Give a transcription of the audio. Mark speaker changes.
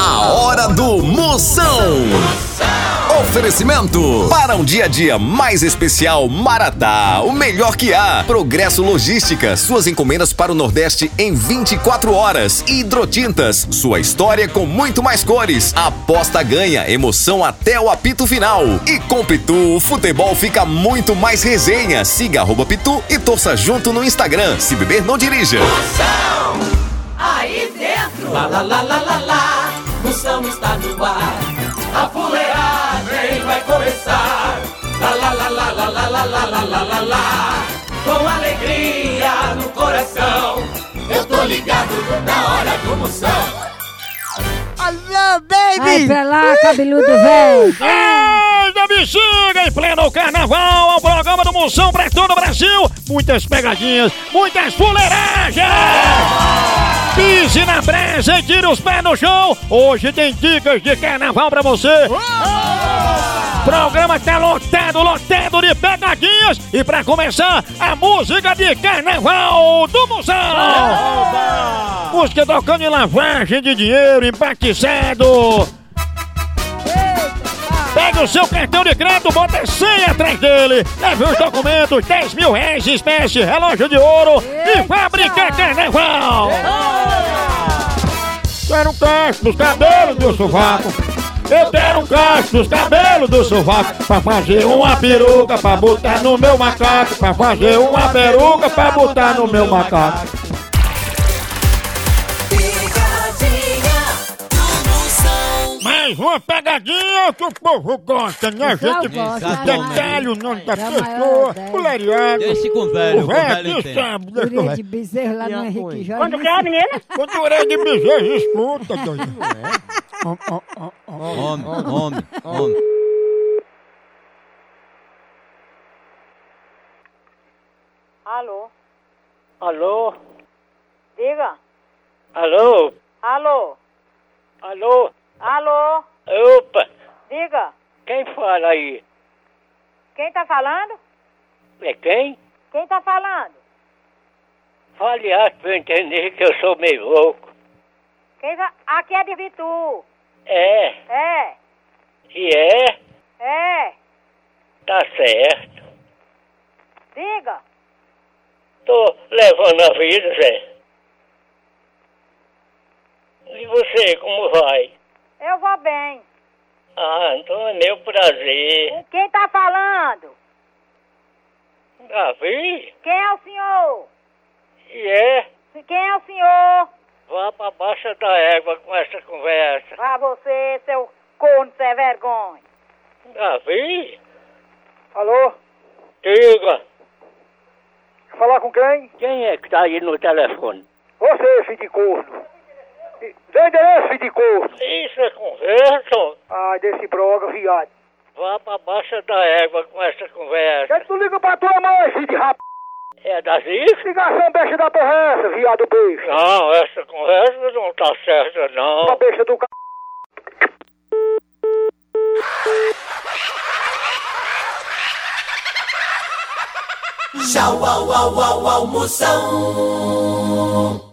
Speaker 1: A hora do Moção. Oferecimento para um dia a dia mais especial Maratá, o melhor que há. Progresso Logística, suas encomendas para o Nordeste em 24 horas. Hidrotintas, sua história com muito mais cores. Aposta ganha, emoção até o apito final. E com Pitu, o futebol fica muito mais resenha. Siga arroba Pitu e torça junto no Instagram. Se beber, não dirija.
Speaker 2: Aí dentro, lá lá lá lá lá lá, moção está no ar. A fuleagem vai começar. Lá lá lá lá lá lá lá lá lá lá lá lá. Com alegria no coração, eu tô ligado na hora do moção.
Speaker 3: Alô, baby!
Speaker 4: Vai pra lá, cabeludo velho.
Speaker 5: Ei, da bexiga em pleno carnaval, ao programa do Moção pra todo o Brasil. Muitas pegadinhas, muitas fuleiragens. Pise na brasa e tira os pés no chão. Hoje tem dicas de carnaval pra você. Programa tá lotado, lotado de pegadinhas. E pra começar, a música de carnaval do Moção. Música tocando em lavagem de dinheiro, em batizado. Pega o seu cartão de crédito, bota 100 atrás dele, leve os documentos, 10 mil reais em espécie, relógio de ouro e fábrica carnaval! Quero um cacho dos cabelos do sovaco. Eu quero um cacho dos cabelos do sovaco. Pra fazer uma peruca pra botar no meu macaco. Pra fazer uma peruca pra botar no meu macaco.
Speaker 2: Picadinha do moção.
Speaker 5: Mais uma pegadinha que o povo gosta, né? A
Speaker 4: pessoal
Speaker 5: gente
Speaker 4: gosta, né?
Speaker 5: detalhe o nome da
Speaker 4: É a maior
Speaker 5: pessoa,
Speaker 4: ideia.
Speaker 5: o lariado.
Speaker 6: Deixe com o velho,
Speaker 5: O
Speaker 6: com o velho
Speaker 5: velho
Speaker 6: entende.
Speaker 5: sabe, né? deixa o
Speaker 4: Curia
Speaker 5: velho.
Speaker 4: de bezerro lá no Henrique Jorge.
Speaker 7: Quando que é, menina?
Speaker 5: Quando o orelha de bezerro escuta, doido.
Speaker 6: Homem, homem, homem.
Speaker 7: Alô,
Speaker 8: Alô?
Speaker 7: diga.
Speaker 8: Alô?
Speaker 7: Alô,
Speaker 8: Alô?
Speaker 7: alô,
Speaker 8: Opa!
Speaker 7: diga.
Speaker 8: Quem fala aí?
Speaker 7: Quem tá falando?
Speaker 8: É quem?
Speaker 7: Quem tá falando?
Speaker 8: Fale alto pra eu entender que eu sou meio louco.
Speaker 7: Quem tá... Aqui é de Vitu.
Speaker 8: É,
Speaker 7: É,
Speaker 8: e é,
Speaker 7: é,
Speaker 8: tá certo.
Speaker 7: diga.
Speaker 8: Tô levando a vida, Zé. E você, como vai?
Speaker 7: Eu vou bem.
Speaker 8: Ah, então é meu prazer.
Speaker 7: Quem tá falando?
Speaker 8: Davi?
Speaker 7: Quem é o senhor?
Speaker 8: E é?
Speaker 7: Quem é o senhor?
Speaker 8: Vá pra baixa da égua com essa conversa.
Speaker 7: Pra você, seu corno sem vergonha.
Speaker 8: Davi?
Speaker 7: Alô,
Speaker 8: Diga,
Speaker 7: falar com quem?
Speaker 8: quem é que tá aí no telefone?
Speaker 7: Você, filho de corno. Dê endereço, filho de corno.
Speaker 8: Isso é conversa?
Speaker 7: Ai, desse broga, viado.
Speaker 8: Vá pra baixa da égua com essa conversa.
Speaker 7: que tu liga pra tua mãe, filho de rap...
Speaker 8: É da Zica?
Speaker 7: Ligação besta da porra é essa, viado besta.
Speaker 8: Não, essa conversa não tá certa,
Speaker 7: Essa
Speaker 8: não.
Speaker 7: besta do c...
Speaker 2: Tchau, au, au, au, au, moção.